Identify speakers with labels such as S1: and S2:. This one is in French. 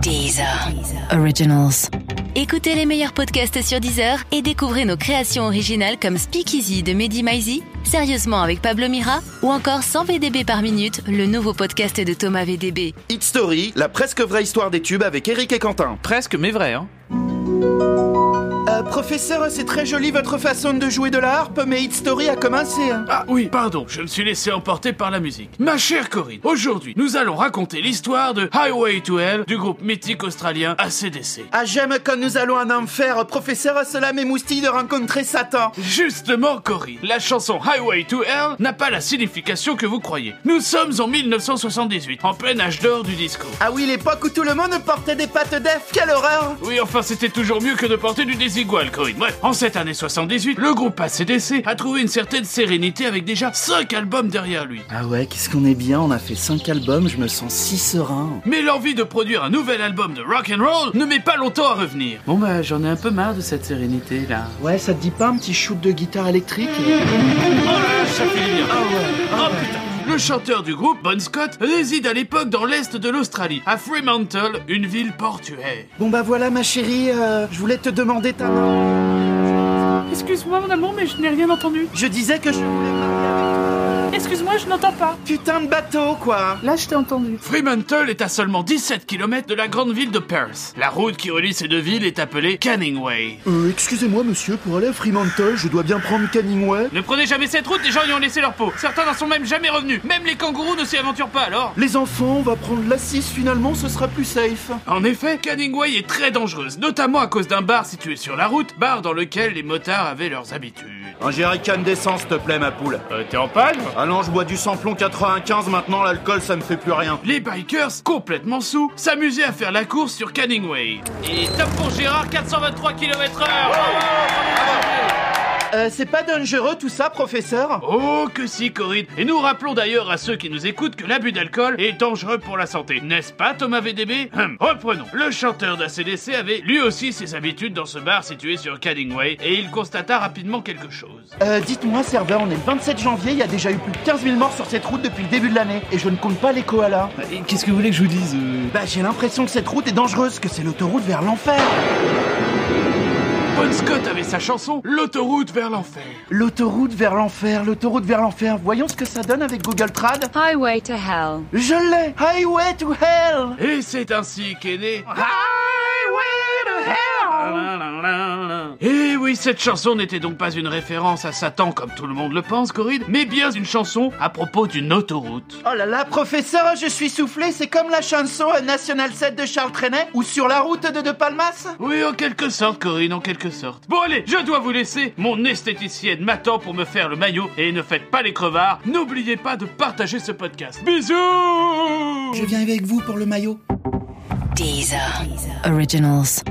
S1: Deezer. Originals. Écoutez les meilleurs podcasts sur Deezer et découvrez nos créations originales comme Speakeasy de Mehdi Maizi, Sérieusement avec Pablo Mira ou encore 100 VDB par minute, le nouveau podcast de Thomas VDB.
S2: Hit Story, la presque vraie histoire des tubes avec Eric et Quentin.
S3: Presque, mais vrai. Hein.
S2: Euh, professeur, c'est très joli votre façon de jouer de la harpe, mais Hit Story a commencé. hein.
S4: Ah oui, pardon, je me suis laissé emporter par la musique. Ma chère Corinne, aujourd'hui, nous allons raconter l'histoire de Highway to Hell du groupe mythique australien ACDC.
S2: Ah, j'aime quand nous allons en enfer. Professeur, cela m'émoustille de rencontrer Satan.
S4: Justement, Corinne, la chanson Highway to Hell n'a pas la signification que vous croyez. Nous sommes en 1978, en plein âge d'or du disco.
S2: Ah oui, l'époque où tout le monde portait des pattes d'œuf, quelle horreur
S4: Oui, enfin, c'était toujours mieux que de porter du désigual, Corinne. Bref, en cette année 78, le groupe ACDC a trouvé une certaine sérénité avec déjà 5 albums derrière lui.
S2: Ah ouais, qu'est-ce qu'on est bien, on a fait 5 albums, je me sens si serein.
S4: Mais l'envie de produire un nouvel album de rock and roll ne met pas longtemps à revenir. Bon bah j'en ai un peu marre de cette sérénité là.
S2: Ouais, ça te dit pas un petit shoot de guitare électrique
S4: Oh là là, ça fait du bien. Oh putain. Le chanteur du groupe, Bon Scott, réside à l'époque dans l'est de l'Australie, à Fremantle, une ville portuaire.
S2: Bon bah voilà ma chérie, euh, je voulais te demander ta main.
S5: Excuse-moi mon amour, mais je n'ai rien entendu.
S2: Je disais que je voulais marier avec
S5: Excuse-moi, je n'entends pas.
S2: toi. Putain de bateau, quoi
S5: Là, je t'ai entendu.
S4: Fremantle est à seulement 17 km de la grande ville de Perth. La route qui relie ces deux villes est appelée Canning Way.
S2: Euh, excusez-moi monsieur, pour aller à Fremantle, je dois bien prendre Canningway.
S4: Ne prenez jamais cette route, les gens y ont laissé leur peau. Certains n'en sont même jamais revenus. Même les kangourous ne s'y aventurent pas alors.
S2: Les enfants, on va prendre la 6 finalement, ce sera plus safe.
S4: En effet, Canningway est très dangereuse, notamment à cause d'un bar situé sur la route, bar dans lequel les motards avaient leurs habitudes.
S2: Un jerrycan d'essence, s'il te plaît, ma poule.
S4: Euh, t'es en panne
S2: Allons, je bois du samplon 95 maintenant, l'alcool, ça me fait plus rien.
S4: Les bikers, complètement sous, s'amusaient à faire la course sur Canningway. Et top pour Gérard, 423 km/h
S2: Euh, c'est pas dangereux tout ça, professeur
S4: Oh que si, Corinne Et nous rappelons d'ailleurs à ceux qui nous écoutent que l'abus d'alcool est dangereux pour la santé. N'est-ce pas, Thomas VDB Hum, Reprenons. Le chanteur d'ACDC avait lui aussi ses habitudes dans ce bar situé sur Canningway, et il constata rapidement quelque chose.
S2: euh, Dites-moi, serveur, on est le 27 janvier, il y a déjà eu plus de 15 000 morts sur cette route depuis le début de l'année, et je ne compte pas les koalas.
S3: Qu'est-ce que vous voulez que je vous dise euh
S2: Bah, j'ai l'impression que cette route est dangereuse, que c'est l'autoroute vers l'enfer.
S4: Bon Scott avait sa chanson L'autoroute vers l'enfer.
S2: L'autoroute vers l'enfer, l'autoroute vers l'enfer. Voyons ce que ça donne avec Google Trad.
S1: Highway to Hell.
S2: Je l'ai Highway to Hell
S4: Et c'est ainsi qu'est né Highway to Hell. Et oui, cette chanson n'était donc pas une référence à Satan comme tout le monde le pense, Corinne, mais bien une chanson à propos d'une autoroute.
S2: Oh là là, professeur, je suis soufflé, c'est comme la chanson euh, National 7 de Charles Trenet ou Sur la route de De Palmas
S4: Oui, en quelque sorte, Corinne, en quelque sorte. Bon allez, je dois vous laisser. Mon esthéticienne m'attend pour me faire le maillot. Et ne faites pas les crevards. N'oubliez pas de partager ce podcast. Bisous
S2: Je viens avec vous pour le maillot.
S1: Deezer. Originals.